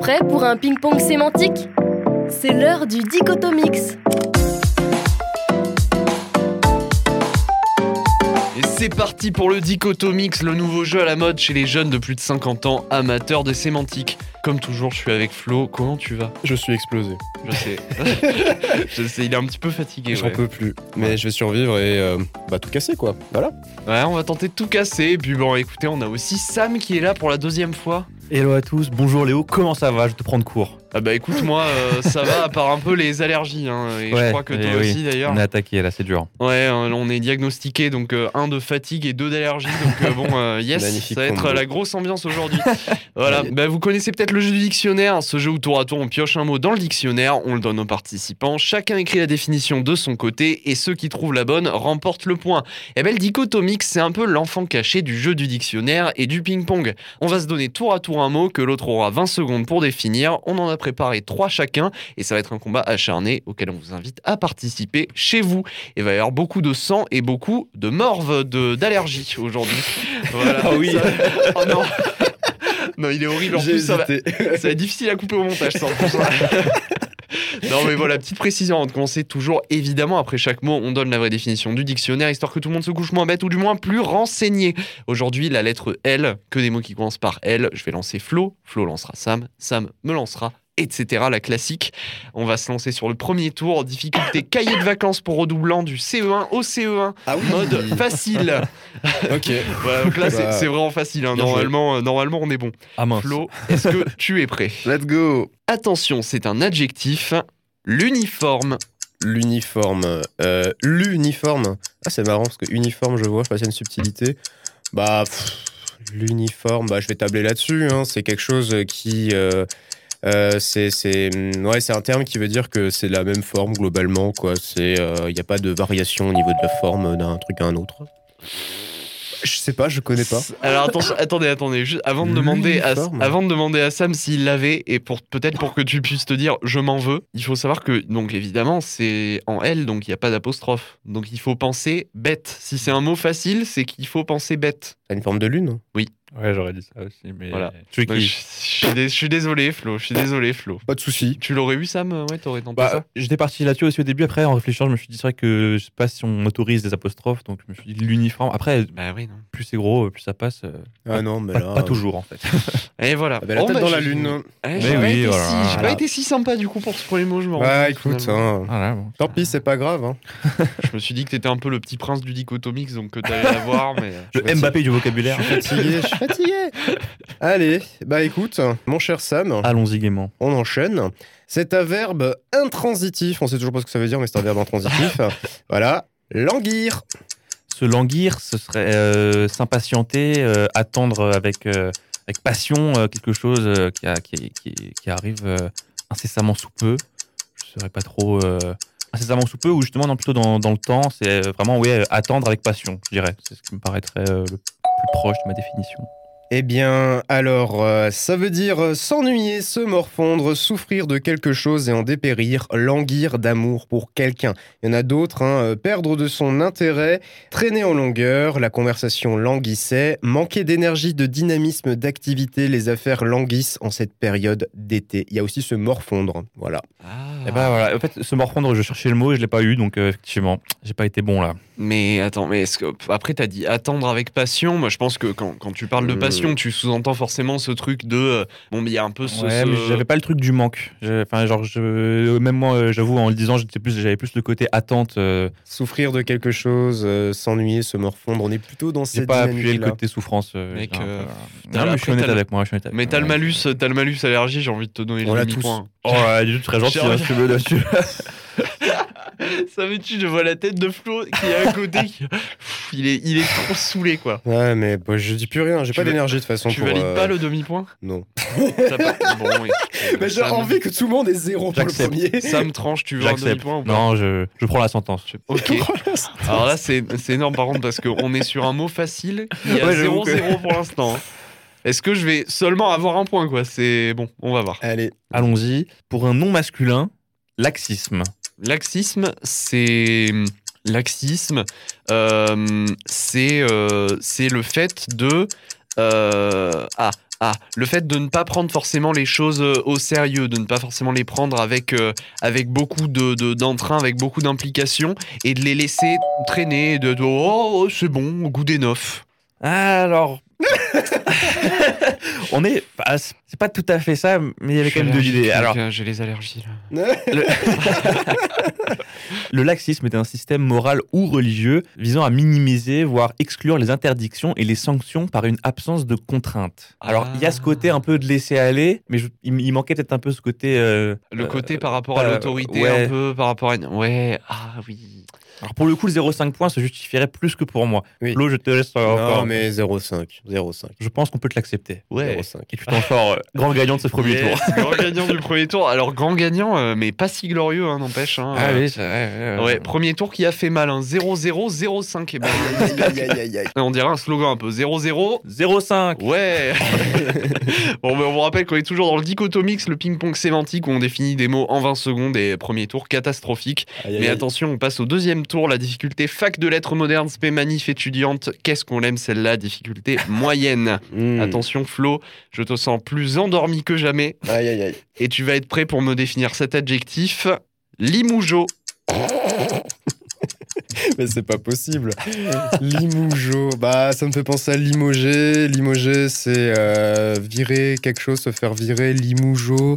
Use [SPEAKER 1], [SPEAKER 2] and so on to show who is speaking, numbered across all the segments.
[SPEAKER 1] Prêt pour un ping-pong sémantique C'est l'heure du dichotomix.
[SPEAKER 2] Et c'est parti pour le Dichotomix, le nouveau jeu à la mode chez les jeunes de plus de 50 ans, amateurs de sémantique. Comme toujours, je suis avec Flo. Comment tu vas
[SPEAKER 3] Je suis explosé.
[SPEAKER 2] Je sais. je sais, il est un petit peu fatigué.
[SPEAKER 3] J'en
[SPEAKER 2] Ouais.
[SPEAKER 3] peux plus. Mais je vais survivre et euh, bah tout casser quoi. Voilà.
[SPEAKER 2] Ouais, on va tenter de tout casser. Et puis bon, écoutez, on a aussi Sam qui est là pour la deuxième fois.
[SPEAKER 4] Hello à tous, bonjour Léo, comment ça va Je te prends de court.
[SPEAKER 2] Ah bah écoute, moi, euh, ça va à part un peu les allergies. hein, et je
[SPEAKER 4] Ouais,
[SPEAKER 2] crois que
[SPEAKER 4] et
[SPEAKER 2] toi
[SPEAKER 4] oui.
[SPEAKER 2] aussi d'ailleurs.
[SPEAKER 4] On est attaqué là, c'est dur.
[SPEAKER 2] Ouais, euh, on est diagnostiqué donc euh, un de fatigue et deux d'allergie. Donc euh, bon, euh, yes,
[SPEAKER 3] Magnifique
[SPEAKER 2] ça va être
[SPEAKER 3] combo.
[SPEAKER 2] euh, la grosse ambiance aujourd'hui. voilà. Bah, vous connaissez peut-être le jeu du dictionnaire, ce jeu où tour à tour on pioche un mot dans le dictionnaire, on le donne aux participants, chacun écrit la définition de son côté et ceux qui trouvent la bonne remportent le point. Et ben le dichotomix, c'est un peu l'enfant caché du jeu du dictionnaire et du ping-pong. On va se donner tour à tour un mot que l'autre aura 20 secondes pour définir. On en a préparé trois chacun et ça va être un combat acharné auquel on vous invite à participer chez vous. Il va y avoir beaucoup de sang et beaucoup de morve de- d'allergie aujourd'hui. Voilà.
[SPEAKER 3] Ah oui.
[SPEAKER 2] Ça- Oh non. Non, il est horrible. En plus, ça va, ça va être difficile à couper au montage, ça, en plus. hein. Non mais voilà, petite précision avant de commencer, toujours évidemment après chaque mot on donne la vraie définition du dictionnaire, histoire que tout le monde se couche moins bête ou du moins plus renseigné. Aujourd'hui la lettre L, que des mots qui commencent par L, je vais lancer Flo, Flo lancera Sam, Sam me lancera, etc. La classique. On va se lancer sur le premier tour, difficulté cahier de vacances pour redoublant du CE1 au CE1,
[SPEAKER 3] Ah oui.
[SPEAKER 2] mode facile.
[SPEAKER 3] ok.
[SPEAKER 2] Voilà, donc là c'est
[SPEAKER 3] Bah,
[SPEAKER 2] c'est vraiment facile, hein.
[SPEAKER 3] bien joué.
[SPEAKER 2] normalement, euh, normalement on est bon.
[SPEAKER 4] Ah mince.
[SPEAKER 2] Flo, est-ce que tu es prêt
[SPEAKER 3] Let's go.
[SPEAKER 2] Attention, c'est un adjectif. L'uniforme.
[SPEAKER 3] L'uniforme. Euh, l'uniforme. Ah c'est marrant parce que uniforme je vois, je sais pas s'il y a une subtilité. Bah pff, l'uniforme. Bah je vais tabler là-dessus. hein. C'est quelque chose qui euh, euh, c'est c'est mm, ouais c'est un terme qui veut dire que c'est la même forme globalement quoi. C'est il n'y a pas de variation au niveau de la forme d'un truc à un autre. Je sais pas, je connais pas.
[SPEAKER 2] Alors attention, attendez, attendez, juste avant de demander à,
[SPEAKER 3] L'uniforme.
[SPEAKER 2] avant de demander à Sam s'il l'avait et pour peut-être pour que tu puisses te dire je m'en veux, il faut savoir que donc évidemment c'est en L donc il n'y a pas d'apostrophe. Donc il faut penser bête. Si c'est un mot facile, c'est qu'il faut penser bête.
[SPEAKER 3] T'as une forme de lune hein
[SPEAKER 4] Ouais, j'aurais dit ça aussi, mais.
[SPEAKER 2] Voilà.
[SPEAKER 4] Tu es
[SPEAKER 2] Donc, je,
[SPEAKER 4] qui
[SPEAKER 2] je suis dé- je suis désolé Flo, je suis désolé Flo.
[SPEAKER 3] Pas de souci.
[SPEAKER 2] Tu l'aurais eu Sam Ouais, t'aurais tenté
[SPEAKER 4] Bah,
[SPEAKER 2] ça.
[SPEAKER 4] J'étais parti là-dessus aussi au début, après en réfléchissant, je me suis dit, c'est vrai que je sais pas si on autorise des apostrophes, donc je me suis dit l'uniforme. Après,
[SPEAKER 2] Bah oui non.
[SPEAKER 4] plus c'est gros, plus ça passe. euh,
[SPEAKER 3] Ah non, mais
[SPEAKER 4] pas,
[SPEAKER 3] là.
[SPEAKER 4] pas toujours en fait.
[SPEAKER 2] Et voilà.
[SPEAKER 3] Ah bah, la
[SPEAKER 2] Oh,
[SPEAKER 3] tête
[SPEAKER 2] bah,
[SPEAKER 3] dans la
[SPEAKER 2] j'ai-
[SPEAKER 3] lune.
[SPEAKER 2] Eh,
[SPEAKER 4] Mais
[SPEAKER 2] j'ai pas
[SPEAKER 4] oui, oh
[SPEAKER 2] été
[SPEAKER 4] voilà.
[SPEAKER 2] si- j'ai pas
[SPEAKER 4] Voilà.
[SPEAKER 2] été si sympa du coup pour ce premier mot, je m'en
[SPEAKER 3] Ah
[SPEAKER 2] rends compte,
[SPEAKER 3] écoute,
[SPEAKER 2] finalement.
[SPEAKER 3] hein,
[SPEAKER 4] Voilà, bon.
[SPEAKER 3] tant pis, c'est pas grave. hein.
[SPEAKER 2] Je me suis dit que t'étais un peu le petit prince du dichotomix, donc que t'allais la voir, mais. euh.
[SPEAKER 4] Le Mbappé du vocabulaire.
[SPEAKER 3] Fatigué, je suis fatigué. Allez, bah écoute, mon cher Sam,
[SPEAKER 4] Allons-y gaiement.
[SPEAKER 3] on enchaîne. C'est un verbe intransitif. On sait toujours pas ce que ça veut dire, mais c'est un verbe intransitif. voilà. Languir.
[SPEAKER 4] Se languir, ce serait euh, s'impatienter, euh, attendre avec, euh, avec passion euh, quelque chose euh, qui, a- qui- qui- qui arrive euh, incessamment sous peu. Je ne serais pas trop euh, incessamment sous peu, ou justement non, plutôt dans, dans le temps, c'est euh, vraiment ouais, euh, attendre avec passion, je dirais. C'est ce qui me paraîtrait euh, le plus proche de ma définition.
[SPEAKER 3] Eh bien, alors, euh, ça veut dire euh, s'ennuyer, se morfondre, souffrir de quelque chose et en dépérir, languir d'amour pour quelqu'un. Il y en a d'autres, hein, euh, perdre de son intérêt, traîner en longueur, la conversation languissait, manquer d'énergie, de dynamisme, d'activité, les affaires languissent en cette période d'été. Il y a aussi se morfondre, voilà. Ah.
[SPEAKER 2] Eh
[SPEAKER 4] Et
[SPEAKER 2] ben,
[SPEAKER 4] bah voilà, en fait, se morfondre, je cherchais le mot et je l'ai pas eu, donc euh, effectivement, j'ai pas été bon là.
[SPEAKER 2] Mais attends, mais est-ce que. Après, t'as dit attendre avec passion. Moi, je pense que quand, quand tu parles de
[SPEAKER 3] Euh.
[SPEAKER 2] passion, tu sous-entends forcément ce truc de. euh, Bon, mais il y a un peu ce. euh,
[SPEAKER 4] Ouais, mais
[SPEAKER 2] ce-
[SPEAKER 4] j'avais pas le truc du manque. J'ai- Enfin, genre, je- même moi, euh, j'avoue, en le disant, j'étais plus, j'avais plus le côté attente. euh,
[SPEAKER 3] Souffrir de quelque chose, euh, s'ennuyer, se morfondre, on est plutôt dans
[SPEAKER 4] J'ai
[SPEAKER 3] cette
[SPEAKER 4] pas appuyé le
[SPEAKER 3] dynamique-là.
[SPEAKER 4] côté souffrance. euh,
[SPEAKER 2] Mec,
[SPEAKER 4] j'ai un peu,
[SPEAKER 2] euh,
[SPEAKER 4] euh,
[SPEAKER 2] putain,
[SPEAKER 4] non, mais
[SPEAKER 2] après,
[SPEAKER 4] je suis
[SPEAKER 2] t'as
[SPEAKER 4] honnête
[SPEAKER 2] le-
[SPEAKER 4] avec moi. Je suis honnête avec
[SPEAKER 2] Mais t'as le
[SPEAKER 4] moi.
[SPEAKER 2] malus, t'as le malus allergie, j'ai envie de te donner
[SPEAKER 3] On
[SPEAKER 2] le
[SPEAKER 3] l'a
[SPEAKER 2] demi-point.
[SPEAKER 4] Oh, ouais, du tout, très gentil,
[SPEAKER 2] J'ai-
[SPEAKER 4] hein, si tu veux, là-dessus.
[SPEAKER 2] Savais-tu, je vois la tête de Flo qui est à côté. qui- Pff, il, est, il est trop saoulé, quoi.
[SPEAKER 3] Ouais, mais bah, je dis plus rien, j'ai
[SPEAKER 2] Tu
[SPEAKER 3] pas
[SPEAKER 2] vas-
[SPEAKER 3] d'énergie de toute façon
[SPEAKER 2] Tu
[SPEAKER 3] pour...
[SPEAKER 2] valides
[SPEAKER 3] euh,
[SPEAKER 2] pas le demi-point
[SPEAKER 3] Non.
[SPEAKER 2] T'as pas- Bon, oui.
[SPEAKER 3] Mais Bah, j'ai
[SPEAKER 2] Sam-
[SPEAKER 3] envie que tout le monde ait zéro pour le
[SPEAKER 4] J'accepte.
[SPEAKER 3] premier.
[SPEAKER 2] Sam tranche, tu veux un
[SPEAKER 4] J'accepte.
[SPEAKER 2] demi-point ou pas
[SPEAKER 4] Non, je, je prends la sentence.
[SPEAKER 2] Ok. Alors là, c'est c'est énorme par contre parce qu'on est sur un mot facile. Il y a
[SPEAKER 3] Ouais, j'avoue
[SPEAKER 2] 0-0
[SPEAKER 3] que-
[SPEAKER 2] pour l'instant. hein. Est-ce que je vais seulement avoir un point quoi C'est bon, on va voir.
[SPEAKER 3] Allez,
[SPEAKER 4] Allons-y. Pour un nom masculin, laxisme.
[SPEAKER 2] Laxisme, c'est laxisme, euh, c'est euh, c'est le fait de euh, ah Ah, le fait de ne pas prendre forcément les choses euh, au sérieux, de ne pas forcément les prendre avec, euh, avec beaucoup de, de- d'entrain, avec beaucoup d'implication, et de les laisser traîner, de, de oh, c'est bon, au goût des neufs.
[SPEAKER 4] Ah, Alors. on est. ah, c'est c'est pas tout à fait ça, mais il y avait quand même de l'idée. Alors,
[SPEAKER 2] euh, j'ai les allergies.
[SPEAKER 4] le laxisme est un système moral ou religieux visant à minimiser, voire exclure les interdictions et les sanctions par une absence de contrainte. Alors, il y
[SPEAKER 2] Ah.
[SPEAKER 4] a ce côté un peu de laisser aller, mais je- il, il manquait peut-être un peu ce côté. euh,
[SPEAKER 2] Le
[SPEAKER 4] euh,
[SPEAKER 2] côté par rapport à
[SPEAKER 4] euh,
[SPEAKER 2] l'autorité,
[SPEAKER 4] ouais.
[SPEAKER 2] un peu, par rapport à une- Ouais, ah oui.
[SPEAKER 4] Alors, pour le coup, le 0,5 points se justifierait plus que pour moi.
[SPEAKER 3] Oui.
[SPEAKER 4] Flo, je te laisse. euh, encore-
[SPEAKER 3] Non, mais 0,5. 0,5.
[SPEAKER 4] Je pense qu'on peut te l'accepter.
[SPEAKER 2] Ouais.
[SPEAKER 3] 0,5.
[SPEAKER 4] Et tu t'en sors euh, grand gagnant de ce premier
[SPEAKER 2] Yes,
[SPEAKER 4] tour.
[SPEAKER 2] grand gagnant du premier tour. Alors, grand gagnant, euh, mais pas si glorieux, hein, n'empêche. hein. Euh,
[SPEAKER 4] Ah oui, c'est vrai.
[SPEAKER 2] Ouais, premier tour qui a fait mal, hein. 0-0-0-5. eh ben,
[SPEAKER 3] Aïe, aïe, aïe, aïe.
[SPEAKER 2] on dirait un slogan un peu 0-0.
[SPEAKER 4] 0,5.
[SPEAKER 2] Ouais Bon, ben, on vous rappelle qu'on est toujours dans le dichotomix, le ping-pong sémantique, où on définit des mots en 20 secondes et premier tour catastrophique.
[SPEAKER 3] Aïe, aïe,
[SPEAKER 2] Mais
[SPEAKER 3] aïe.
[SPEAKER 2] attention, on passe au deuxième tour, la difficulté fac de lettres modernes, spé manif étudiante. Qu'est-ce qu'on l'aime celle-là Difficulté moyenne.
[SPEAKER 3] Hmm.
[SPEAKER 2] Attention Flo, je te sens plus endormi que jamais
[SPEAKER 3] Aïe, aïe, aïe.
[SPEAKER 2] et tu vas être prêt pour me définir cet adjectif. Limoujo.
[SPEAKER 3] Mais c'est pas possible. Limoujo, bah ça me fait penser à limoger. Limoger, c'est euh, virer quelque chose, se faire virer. Limoujo,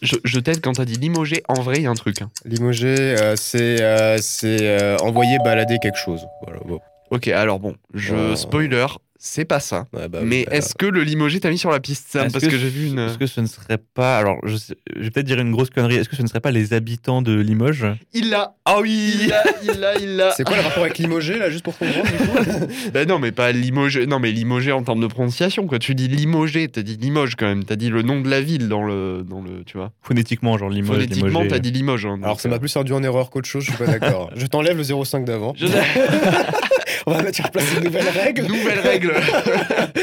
[SPEAKER 2] Je, je t'aide quand t'as dit limogé, en vrai, il y a un truc. hein.
[SPEAKER 3] limoger, euh, c'est euh, c'est euh, envoyer balader quelque chose. Voilà, bon.
[SPEAKER 2] Ok, alors bon, je
[SPEAKER 3] Oh.
[SPEAKER 2] spoiler, c'est pas ça.
[SPEAKER 3] Ouais, bah,
[SPEAKER 2] Mais
[SPEAKER 3] bah,
[SPEAKER 2] est-ce que le limogé t'a mis sur la piste, Sam
[SPEAKER 4] Est-ce
[SPEAKER 2] Ah Parce que, j'ai vu une.
[SPEAKER 4] Est-ce que ce ne serait pas. Alors, je, sais- je vais peut-être dire une grosse connerie. Est-ce que ce ne serait pas les habitants de Limoges
[SPEAKER 2] Il l'a
[SPEAKER 4] Ah
[SPEAKER 2] Il l'a Il l'a Il l'a
[SPEAKER 3] C'est quoi le rapport avec limoger là, juste pour comprendre du coup
[SPEAKER 2] Bah non, mais pas limogé. Non, mais limogé en termes de prononciation, quoi. Tu dis limogé, t'as dit Limoges quand même. T'as dit le nom de la ville dans le. Dans le tu vois.
[SPEAKER 4] Phonétiquement, genre Limoges.
[SPEAKER 2] Phonétiquement,
[SPEAKER 4] Limogé.
[SPEAKER 2] t'as dit Limoges. hein, donc,
[SPEAKER 3] Alors ça m'a
[SPEAKER 2] euh,
[SPEAKER 3] plus sorti en erreur qu'autre chose, je suis pas d'accord. Je t'enlève le 0,5 d'avant.
[SPEAKER 2] je-
[SPEAKER 3] On va mettre sur place une nouvelle règle.
[SPEAKER 2] Nouvelle règle.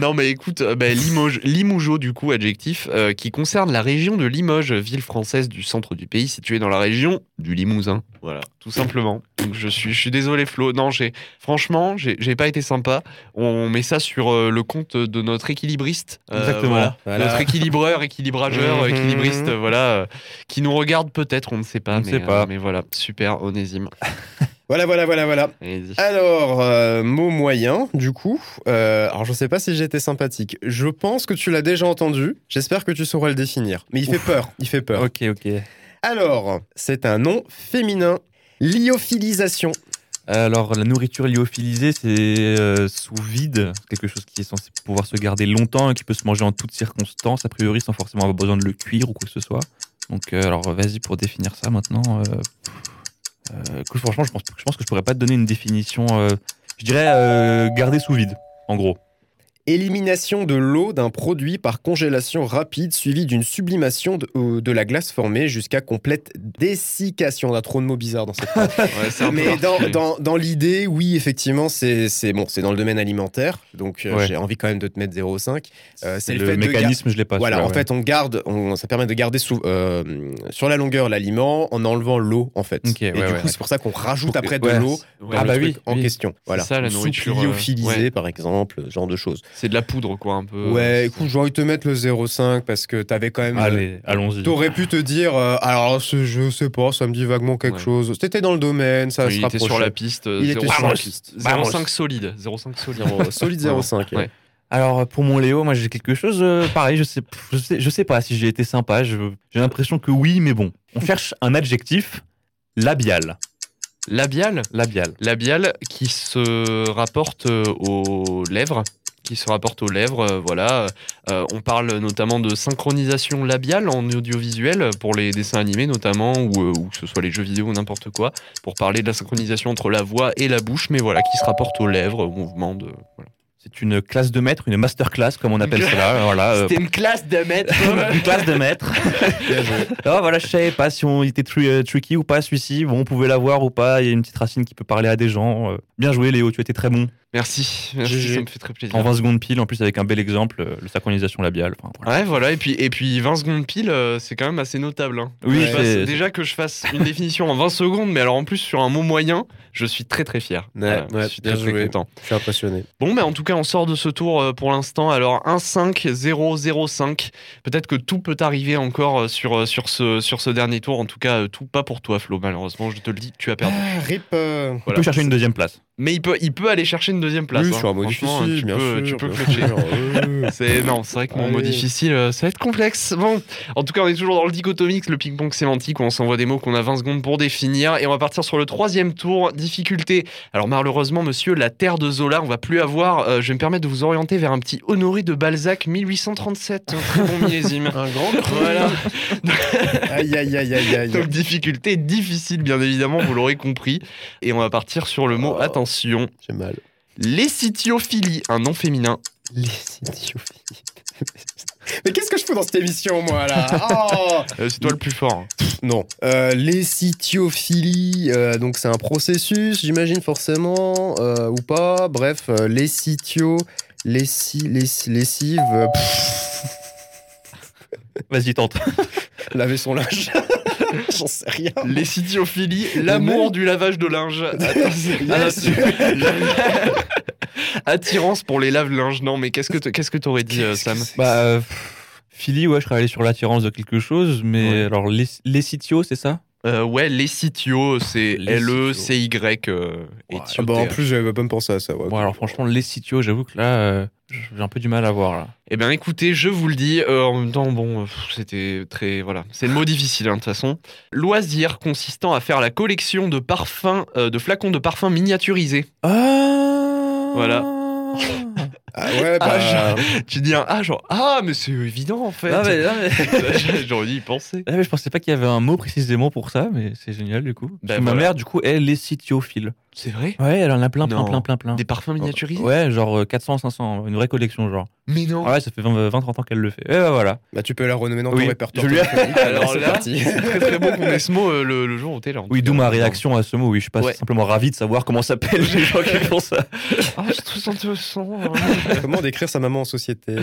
[SPEAKER 2] non, mais écoute, euh, bah, Limoges, Limoujo, du coup, adjectif, euh, qui concerne la région de Limoges, ville française du centre du pays, située dans la région du Limousin. Voilà, tout simplement. Donc, je suis, je suis désolé, Flo. Non, j'ai, franchement, j'ai j'ai pas été sympa. On met ça sur euh, le compte de notre équilibriste. Euh,
[SPEAKER 4] Exactement.
[SPEAKER 2] voilà.
[SPEAKER 3] Voilà.
[SPEAKER 2] Notre équilibreur, équilibrageur,
[SPEAKER 3] Mhm.
[SPEAKER 2] équilibriste, voilà, euh, qui nous regarde peut-être, on ne sait pas.
[SPEAKER 4] On ne
[SPEAKER 2] mais, euh,
[SPEAKER 4] sait pas.
[SPEAKER 2] mais voilà, super, onésime.
[SPEAKER 3] Voilà, voilà, voilà, voilà.
[SPEAKER 2] Allez-y.
[SPEAKER 3] Alors, euh, mot moyen, du coup. Euh, alors, je sais pas si j'étais sympathique. Je pense que tu l'as déjà entendu. J'espère que tu sauras le définir. Mais il fait peur. Il fait peur.
[SPEAKER 4] Ok, ok.
[SPEAKER 3] Alors, c'est un nom féminin. Lyophilisation.
[SPEAKER 4] Alors, la nourriture lyophilisée, c'est euh, sous vide, quelque chose qui est censé pouvoir se garder longtemps et qui peut se manger en toutes circonstances, a priori, sans forcément avoir besoin de le cuire ou quoi que ce soit. Donc, euh, alors, vas-y pour définir ça maintenant. euh, euh, écoute, franchement, je pense, je pense que je pourrais pas te donner une définition. euh, je dirais euh, garder sous vide, en gros.
[SPEAKER 3] Élimination de l'eau d'un produit par congélation rapide suivie d'une sublimation de, euh, de la glace formée jusqu'à complète dessiccation. On a trop de mots bizarres dans cette
[SPEAKER 2] Ouais, c'est un peu
[SPEAKER 3] Mais dans,
[SPEAKER 2] particulier.
[SPEAKER 3] dans- dans l'idée, oui, effectivement, c'est c'est- bon, c'est dans le domaine alimentaire, donc euh,
[SPEAKER 4] Ouais.
[SPEAKER 3] j'ai envie quand même de te mettre 0,5. Euh, c'est le, fait de gar-
[SPEAKER 4] mécanisme, je l'ai pas.
[SPEAKER 3] Voilà,
[SPEAKER 4] celui-là,
[SPEAKER 3] en
[SPEAKER 4] ouais.
[SPEAKER 3] fait, on garde, on- ça permet de garder sous- euh, sur la longueur l'aliment en enlevant l'eau, en fait.
[SPEAKER 4] Ok,
[SPEAKER 3] Et
[SPEAKER 4] ouais,
[SPEAKER 3] du
[SPEAKER 4] ouais.
[SPEAKER 3] coup, c'est pour ça qu'on rajoute
[SPEAKER 4] Pour-
[SPEAKER 3] après de
[SPEAKER 4] ouais,
[SPEAKER 3] l'eau
[SPEAKER 2] Ouais,
[SPEAKER 3] dans
[SPEAKER 4] Ah
[SPEAKER 3] le
[SPEAKER 4] bah
[SPEAKER 3] truc
[SPEAKER 4] oui,
[SPEAKER 3] en
[SPEAKER 4] oui.
[SPEAKER 3] question. Voilà.
[SPEAKER 2] ça, la
[SPEAKER 3] Une
[SPEAKER 2] nourriture,
[SPEAKER 3] soupe
[SPEAKER 2] euh,
[SPEAKER 3] lyophilisée,
[SPEAKER 2] ouais. Euh,
[SPEAKER 3] par exemple, ce genre de choses.
[SPEAKER 2] C'est de la poudre, quoi, un peu.
[SPEAKER 3] ouais, écoute, j'ai envie de te mettre le 0,5 parce que t'avais quand même.
[SPEAKER 4] Allez, allons-y.
[SPEAKER 3] euh, T'aurais pu te dire, euh, alors ce jeu, sais pas, ça me dit vaguement quelque
[SPEAKER 2] Ouais.
[SPEAKER 3] chose. C'était dans le domaine, ça
[SPEAKER 2] Oui,
[SPEAKER 3] se
[SPEAKER 2] il était
[SPEAKER 3] rapprochait.
[SPEAKER 2] sur la piste. euh,
[SPEAKER 3] Il était
[SPEAKER 2] 0,5.
[SPEAKER 3] sur la
[SPEAKER 4] piste.
[SPEAKER 2] 0,5 solide. 0,5 solide.
[SPEAKER 3] Solide
[SPEAKER 2] Vraiment.
[SPEAKER 3] 0,5.
[SPEAKER 2] Ouais.
[SPEAKER 4] Alors pour mon Léo, moi j'ai quelque chose euh, pareil. Je sais, je sais, je sais pas si j'ai été sympa. je- J'ai l'impression que oui, mais bon. On cherche un adjectif labial.
[SPEAKER 2] Labial.
[SPEAKER 4] Labial.
[SPEAKER 2] Labial qui se rapporte euh, aux lèvres. Qui se rapporte aux lèvres, euh, voilà. Euh, on parle notamment de synchronisation labiale en audiovisuel pour les dessins animés notamment, ou, euh, ou que ce soit les jeux vidéo ou n'importe quoi, pour parler de la synchronisation entre la voix et la bouche, mais voilà, qui se rapporte aux lèvres, au mouvement de. voilà.
[SPEAKER 4] C'est une classe de maître, une masterclass comme on appelle cela. Voilà. euh,
[SPEAKER 2] une classe de maître.
[SPEAKER 4] une classe de maître.
[SPEAKER 3] Bien joué.
[SPEAKER 4] Ah, voilà, je savais pas si on il était tru- euh, tricky ou pas celui-ci. Bon, on pouvait l'avoir ou pas. Il y a une petite racine qui peut parler à des gens. euh. Bien joué, Léo. Tu étais très bon.
[SPEAKER 2] Merci, merci,
[SPEAKER 3] GG.
[SPEAKER 2] ça me fait très plaisir.
[SPEAKER 4] En 20 secondes pile, en plus avec un bel exemple, euh, le synchronisation labiale. Enfin, voilà.
[SPEAKER 2] Ouais, voilà, et puis, et puis 20 secondes pile, euh, c'est quand même assez notable. hein.
[SPEAKER 4] Oui,
[SPEAKER 2] Que je fasse-
[SPEAKER 4] c'est-
[SPEAKER 2] déjà que je fasse une définition en 20 secondes, mais alors en plus sur un mot moyen, je suis très très fier.
[SPEAKER 3] Ouais,
[SPEAKER 2] Voilà,
[SPEAKER 3] ouais,
[SPEAKER 2] je suis
[SPEAKER 3] bien
[SPEAKER 2] très, très
[SPEAKER 3] joué.
[SPEAKER 2] content.
[SPEAKER 3] Je suis impressionné.
[SPEAKER 2] Bon, mais en tout cas, on sort de ce tour euh, pour l'instant. Alors, 1-5-0-0-5. Peut-être que tout peut arriver encore euh, sur, euh, sur, ce, sur ce dernier tour. En tout cas, euh, tout pas pour toi, Flo, malheureusement. Je te le dis, tu as perdu.
[SPEAKER 3] Eh, Rip. euh,
[SPEAKER 4] On
[SPEAKER 2] voilà.
[SPEAKER 4] peut chercher une deuxième place.
[SPEAKER 2] Mais il peut, il peut aller chercher une deuxième place.
[SPEAKER 3] oui,
[SPEAKER 2] hein.
[SPEAKER 3] sur un mot
[SPEAKER 2] Franchement,
[SPEAKER 3] difficile,
[SPEAKER 2] tu
[SPEAKER 3] bien
[SPEAKER 2] peux,
[SPEAKER 3] sûr.
[SPEAKER 2] tu peux
[SPEAKER 3] bien
[SPEAKER 2] clutcher.
[SPEAKER 3] sûr, euh,
[SPEAKER 2] C'est non, c'est vrai que mon mot
[SPEAKER 3] Allez.
[SPEAKER 2] difficile, euh, ça va être complexe. Bon, en tout cas, on est toujours dans le dichotomix, le ping-pong sémantique, où on s'envoie des mots qu'on a 20 secondes pour définir. Et on va partir sur le troisième tour, difficulté. Alors malheureusement, monsieur, la terre de Zola, on va plus avoir. euh, je vais me permettre de vous orienter vers un petit Honoré de Balzac 1837, un très bon millésime.
[SPEAKER 3] Un grand cru.
[SPEAKER 2] Voilà.
[SPEAKER 3] Aïe, aïe, aïe, aïe, aïe.
[SPEAKER 2] Donc difficulté difficile, bien évidemment, vous l'aurez compris. Et on va partir sur le mot
[SPEAKER 3] Oh.
[SPEAKER 2] attention.
[SPEAKER 3] J'ai mal.
[SPEAKER 2] Lessithiophilie, un nom féminin.
[SPEAKER 3] Les idiophilies. Mais qu'est-ce que je fous dans cette émission, moi, là Oh
[SPEAKER 2] Euh, c'est toi le plus fort. hein.
[SPEAKER 3] Non. Euh, les cytiophilies, euh, donc c'est un processus, j'imagine forcément, euh, ou pas. Bref, euh, les cytio, les si, les lessive, euh, pff,
[SPEAKER 4] Vas-y, tente.
[SPEAKER 3] laver son linge. J'en sais rien.
[SPEAKER 2] Lessithiophilie, l'amour du lavage de linge. Attends, c'est-
[SPEAKER 3] Yes.
[SPEAKER 2] Ah, non, tu- Attirance pour les lave-linges. Non, mais qu'est-ce que t- qu'est-ce que t'aurais dit, euh, Sam
[SPEAKER 4] Bah, euh, pff, Philly, ouais, je serais allé sur l'attirance de quelque chose, mais
[SPEAKER 2] Ouais.
[SPEAKER 4] alors les, les sitios, c'est ça
[SPEAKER 2] Euh, Ouais, lessithio, c'est L
[SPEAKER 4] Lessithio.
[SPEAKER 2] E C Y. euh, et
[SPEAKER 4] Ouais,
[SPEAKER 2] thioté.
[SPEAKER 3] Ah, bah, en plus, j'avais pas me penser à ça.
[SPEAKER 4] Bon, alors franchement, les sitios, j'avoue que là, euh, j'ai un peu du mal à voir. Là.
[SPEAKER 2] Eh bien, écoutez, je vous le dis. euh, en même temps, bon, euh, pff, c'était très voilà, c'est le mot difficile hein, de toute façon. Loisir consistant à faire la collection de parfums, euh, de flacons de parfums miniaturisés.
[SPEAKER 4] Ah
[SPEAKER 2] Voilà.
[SPEAKER 3] Ah ouais, bah,
[SPEAKER 2] Ah, tu dis un ah genre ah mais c'est évident en fait.
[SPEAKER 4] Ah, mais, ah, mais-
[SPEAKER 2] euh, J'aurais dû y penser.
[SPEAKER 4] Ah, mais je pensais pas qu'il y avait un mot précisément pour ça, mais c'est génial du coup. Parce que Ma
[SPEAKER 2] voilà.
[SPEAKER 4] mère, du coup, elle est sitiophile.
[SPEAKER 2] C'est vrai.
[SPEAKER 4] Bah, Ouais, elle en a plein, plein,
[SPEAKER 2] Non.
[SPEAKER 4] plein, plein, plein.
[SPEAKER 2] Des parfums miniaturisés
[SPEAKER 4] Ouais, genre euh, 400, 500, une vraie collection, genre.
[SPEAKER 2] Mais non
[SPEAKER 4] Ah ouais, ça fait 20-30 ans qu'elle le fait. Et bah voilà.
[SPEAKER 3] bah, tu peux la renommer dans
[SPEAKER 4] Oui,
[SPEAKER 3] ton répertoire.
[SPEAKER 4] je lui ai-
[SPEAKER 2] Ah,
[SPEAKER 3] téléphonique.
[SPEAKER 2] Alors
[SPEAKER 3] c'est
[SPEAKER 2] Oh là-
[SPEAKER 3] parti.
[SPEAKER 2] Très très bon qu'on ait ce mot euh, le, le jour où t'es là. en
[SPEAKER 4] Oui,
[SPEAKER 2] tout
[SPEAKER 4] d'où
[SPEAKER 2] cas.
[SPEAKER 4] ma réaction à ce mot. Oui, je suis pas
[SPEAKER 2] Ouais.
[SPEAKER 4] simplement ravi de savoir comment s'appellent les gens qui font ça.
[SPEAKER 2] Ah, je trouve ça intéressant. hein.
[SPEAKER 3] Comment décrire sa maman en société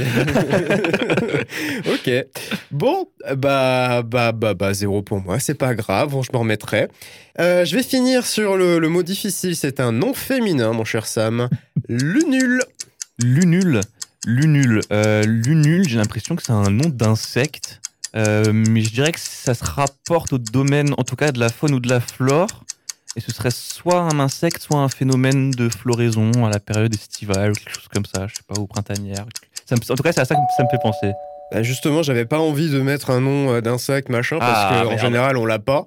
[SPEAKER 3] Ok. Bon, bah, bah, bah, bah, zéro pour moi. C'est pas grave, bon, je m'en remettrai. Euh, je vais finir sur le, le mot difficile. C'est un nom féminin, mon cher Sam. Lunul.
[SPEAKER 4] Lunule. Lunule. Euh, lunule, j'ai l'impression que c'est un nom d'insecte. Euh, mais je dirais que ça se rapporte au domaine, en tout cas, de la faune ou de la flore. Et ce serait soit un insecte, soit un phénomène de floraison à la période estivale, ou quelque chose comme ça, je sais pas, ou printanière. Ça me- en tout cas, c'est à ça que ça me fait penser.
[SPEAKER 3] Bah, justement, j'avais pas envie de mettre un nom euh, d'insecte, machin, parce
[SPEAKER 4] Ah,
[SPEAKER 3] qu'en
[SPEAKER 4] merde.
[SPEAKER 3] général, on l'a pas.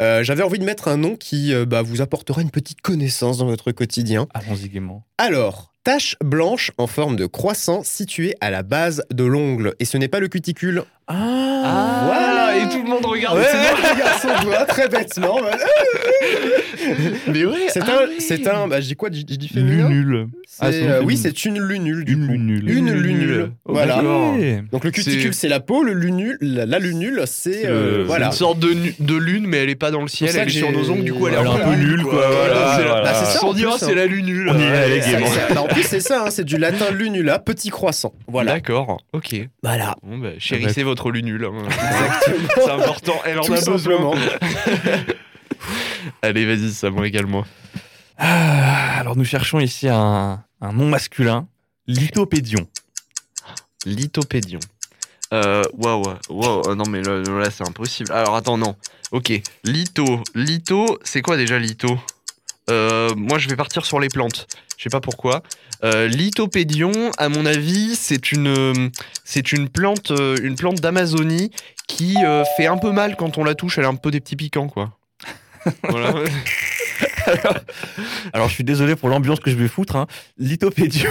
[SPEAKER 3] Euh, j'avais envie de mettre un nom qui euh, bah, vous apportera une petite connaissance dans votre quotidien.
[SPEAKER 4] Allons-y gaiement.
[SPEAKER 3] Alors, tache blanche en forme de croissant située à la base de l'ongle. Et ce n'est pas le cuticule.
[SPEAKER 4] Ah,
[SPEAKER 2] Voilà, et tout le monde regarde.
[SPEAKER 3] Ouais,
[SPEAKER 2] c'est
[SPEAKER 3] c'est moi qui garde son doigt, très
[SPEAKER 4] Ah
[SPEAKER 3] bêtement. voilà.
[SPEAKER 2] bon. Mais ouais,
[SPEAKER 3] C'est
[SPEAKER 2] ah
[SPEAKER 3] un,
[SPEAKER 2] ouais.
[SPEAKER 3] c'est un, bah, je dis quoi, je dis je dis
[SPEAKER 4] Ah.
[SPEAKER 3] féminin
[SPEAKER 4] Lunule.
[SPEAKER 3] C'est,
[SPEAKER 4] Ah, c'est
[SPEAKER 3] euh,
[SPEAKER 4] un
[SPEAKER 3] Oui,
[SPEAKER 4] féminin.
[SPEAKER 3] c'est une lunule, du
[SPEAKER 4] Une
[SPEAKER 3] coup.
[SPEAKER 4] lunule.
[SPEAKER 3] Une lunule,
[SPEAKER 4] Oh,
[SPEAKER 3] voilà.
[SPEAKER 4] d'accord.
[SPEAKER 3] Donc le cuticule, c'est la peau, le lunule, la, la lunule, c'est...
[SPEAKER 4] C'est
[SPEAKER 3] euh,
[SPEAKER 4] le-
[SPEAKER 3] voilà.
[SPEAKER 2] Une sorte de, nu- de lune, mais elle est pas dans le ciel,
[SPEAKER 3] C'est pour ça
[SPEAKER 2] elle est
[SPEAKER 3] que
[SPEAKER 2] sur
[SPEAKER 3] j'ai-
[SPEAKER 2] nos ongles, du coup elle est
[SPEAKER 4] Elle est un peu nulle, quoi, voilà,
[SPEAKER 2] C'est la-
[SPEAKER 4] voilà.
[SPEAKER 2] Bah, c'est ça,
[SPEAKER 3] en
[SPEAKER 2] on dira,
[SPEAKER 3] plus, hein.
[SPEAKER 2] c'est la lunule.
[SPEAKER 4] On y va,
[SPEAKER 2] Ouais.
[SPEAKER 4] les gars.
[SPEAKER 3] C'est- c'est- bah, en plus, c'est ça, hein, c'est du latin lunula, petit croissant. Voilà.
[SPEAKER 2] D'accord, ok.
[SPEAKER 3] Voilà.
[SPEAKER 2] Bon, bah, chérissez votre lunule. hein. c'est
[SPEAKER 3] Exactement.
[SPEAKER 2] important, elle en
[SPEAKER 3] Tout
[SPEAKER 2] a besoin.
[SPEAKER 3] simplement.
[SPEAKER 2] Allez, vas-y, ça me régale moi.
[SPEAKER 4] Ah, alors nous cherchons ici un, un nom masculin, lithopédion.
[SPEAKER 2] Lithopédion. Euh, Waouh, waouh, euh, non mais là, là, c'est impossible. Alors attends, non. Ok, litho. Litho, c'est quoi déjà litho Euh, Moi je vais partir sur les plantes. Je sais pas pourquoi. Euh, lithopédion, à mon avis, c'est une, euh, c'est une plante, euh, une plante d'Amazonie qui euh, fait un peu mal quand on la touche. Elle a un peu des petits piquants quoi. voilà.
[SPEAKER 4] Alors je suis désolé pour l'ambiance que je vais foutre. Hein. Lithopédion,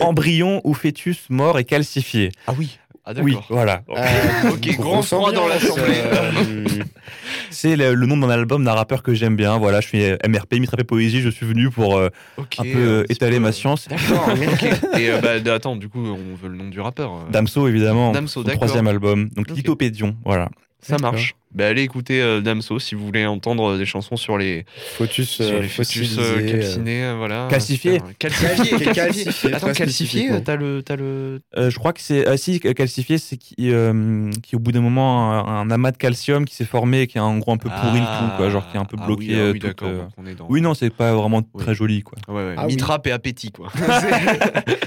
[SPEAKER 4] embryon ou fœtus mort et calcifié.
[SPEAKER 2] Ah oui. Ah
[SPEAKER 4] Oui,
[SPEAKER 2] d'accord.
[SPEAKER 4] voilà.
[SPEAKER 3] Euh,
[SPEAKER 2] Ok, grand froid dans
[SPEAKER 3] ambiance,
[SPEAKER 2] l'assemblée.
[SPEAKER 3] euh,
[SPEAKER 4] C'est le, le nom d'un album d'un rappeur que j'aime bien. Voilà, je suis euh, MRP, Mitrapé Poésie. Je suis venu pour euh,
[SPEAKER 2] Ok,
[SPEAKER 4] un peu euh,
[SPEAKER 2] petit
[SPEAKER 4] étaler
[SPEAKER 2] peu.
[SPEAKER 4] ma science.
[SPEAKER 2] D'accord. ok. Et euh, bah, attends, du coup, on veut le nom du rappeur. euh.
[SPEAKER 4] Damso évidemment.
[SPEAKER 2] Damso,
[SPEAKER 4] son
[SPEAKER 2] d'accord.
[SPEAKER 4] troisième album. Donc
[SPEAKER 2] Ok.
[SPEAKER 4] lithopédion, voilà.
[SPEAKER 2] Ça marche. bah, allez écouter euh, Damso si vous voulez entendre euh, des chansons sur les,
[SPEAKER 3] Fautus,
[SPEAKER 2] sur
[SPEAKER 3] euh,
[SPEAKER 2] les fœtus
[SPEAKER 3] fossilisés,
[SPEAKER 2] euh,
[SPEAKER 3] euh,
[SPEAKER 2] calcinés, euh, voilà.
[SPEAKER 4] Calcifiés.
[SPEAKER 2] Super. Calcifiés.
[SPEAKER 3] Calcifiés,
[SPEAKER 2] Attends,
[SPEAKER 3] pas
[SPEAKER 2] calcifié,
[SPEAKER 3] spécifiquement.
[SPEAKER 2] t'as le, t'as le.
[SPEAKER 4] Euh, je crois que c'est ah, si euh, calcifié, c'est qui, euh, qui au bout d'un moment un, un amas de calcium qui s'est formé, qui est en gros un peu pourri le tout, quoi, genre qui est un peu
[SPEAKER 2] Ah
[SPEAKER 4] bloqué.
[SPEAKER 2] Oui, ah
[SPEAKER 4] euh,
[SPEAKER 2] oui
[SPEAKER 4] tout,
[SPEAKER 2] d'accord.
[SPEAKER 4] euh,
[SPEAKER 2] donc on est dans-
[SPEAKER 4] Oui, non, c'est pas vraiment
[SPEAKER 2] Oui.
[SPEAKER 4] très joli, quoi.
[SPEAKER 2] Ouais, ouais.
[SPEAKER 3] Ah oui.
[SPEAKER 2] Mitrape et appétit, quoi.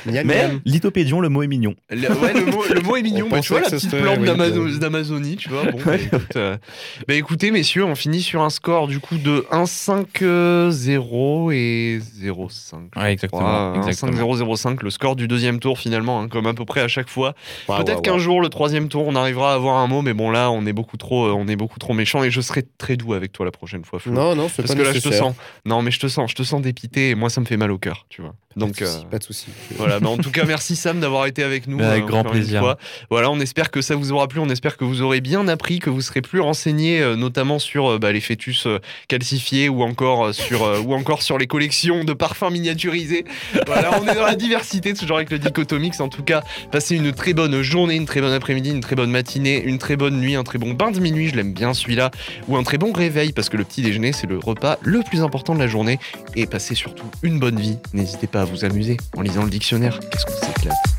[SPEAKER 3] Miam,
[SPEAKER 4] Mais
[SPEAKER 3] miam.
[SPEAKER 4] lithopédion, le mot est mignon.
[SPEAKER 2] Le, ouais, le mot, le mot est mignon.
[SPEAKER 3] On
[SPEAKER 2] Bah,
[SPEAKER 3] pensait
[SPEAKER 2] tu vois,
[SPEAKER 3] que
[SPEAKER 2] la
[SPEAKER 3] ce
[SPEAKER 2] petite
[SPEAKER 3] serait-
[SPEAKER 2] plante
[SPEAKER 3] oui,
[SPEAKER 2] d'Amazo-
[SPEAKER 3] de-
[SPEAKER 2] d'Amazonie, tu vois. Bon, bah, écoute, euh, bah, écoutez, messieurs, on finit sur un score du coup de 1-5-0 et 0-5.
[SPEAKER 4] Ouais, 아,
[SPEAKER 2] hein,
[SPEAKER 4] exactement.
[SPEAKER 2] 1-5-0-0-5, le score du deuxième tour finalement, hein, comme à peu près à chaque fois.
[SPEAKER 3] Waouh,
[SPEAKER 2] Peut-être
[SPEAKER 3] waouh,
[SPEAKER 2] qu'un
[SPEAKER 3] waouh.
[SPEAKER 2] jour, le troisième tour, on arrivera à avoir un mot, mais bon, là, on est beaucoup trop, euh, on est beaucoup trop méchant et je serai très doux avec toi la prochaine fois, Flo.
[SPEAKER 3] Non, non, c'est
[SPEAKER 2] Parce que
[SPEAKER 3] pas
[SPEAKER 2] là, je te
[SPEAKER 3] nécessaire.
[SPEAKER 2] sens. Non, mais je te sens, je te sens dépité et moi, ça me fait mal au cœur, tu vois. Donc,
[SPEAKER 3] Pas de
[SPEAKER 2] euh,
[SPEAKER 3] souci, pas de souci.
[SPEAKER 2] voilà, mais en tout cas, merci Sam d'avoir été avec nous.
[SPEAKER 4] Mais Bah, avec
[SPEAKER 2] euh,
[SPEAKER 4] grand
[SPEAKER 2] encore une
[SPEAKER 4] plaisir.
[SPEAKER 2] fois. Voilà, on espère que ça vous aura plu, on espère que vous aurez bien appris, que vous serez plus renseigné, euh, notamment sur euh, bah, les fœtus euh, calcifiés ou encore, euh, sur, euh, ou encore sur les collections de parfums miniaturisés. Voilà, on est dans la diversité, toujours avec le dichotomix. En tout cas, passez une très bonne journée, une très bonne après-midi, une très bonne matinée, une très bonne nuit, un très bon bain de minuit, je l'aime bien celui-là, ou un très bon réveil, parce que le petit déjeuner, c'est le repas le plus important de la journée et passez surtout une bonne vie. N'hésitez pas à vous amuser en lisant le dictionnaire. Qu'est-ce qu'on s'éclate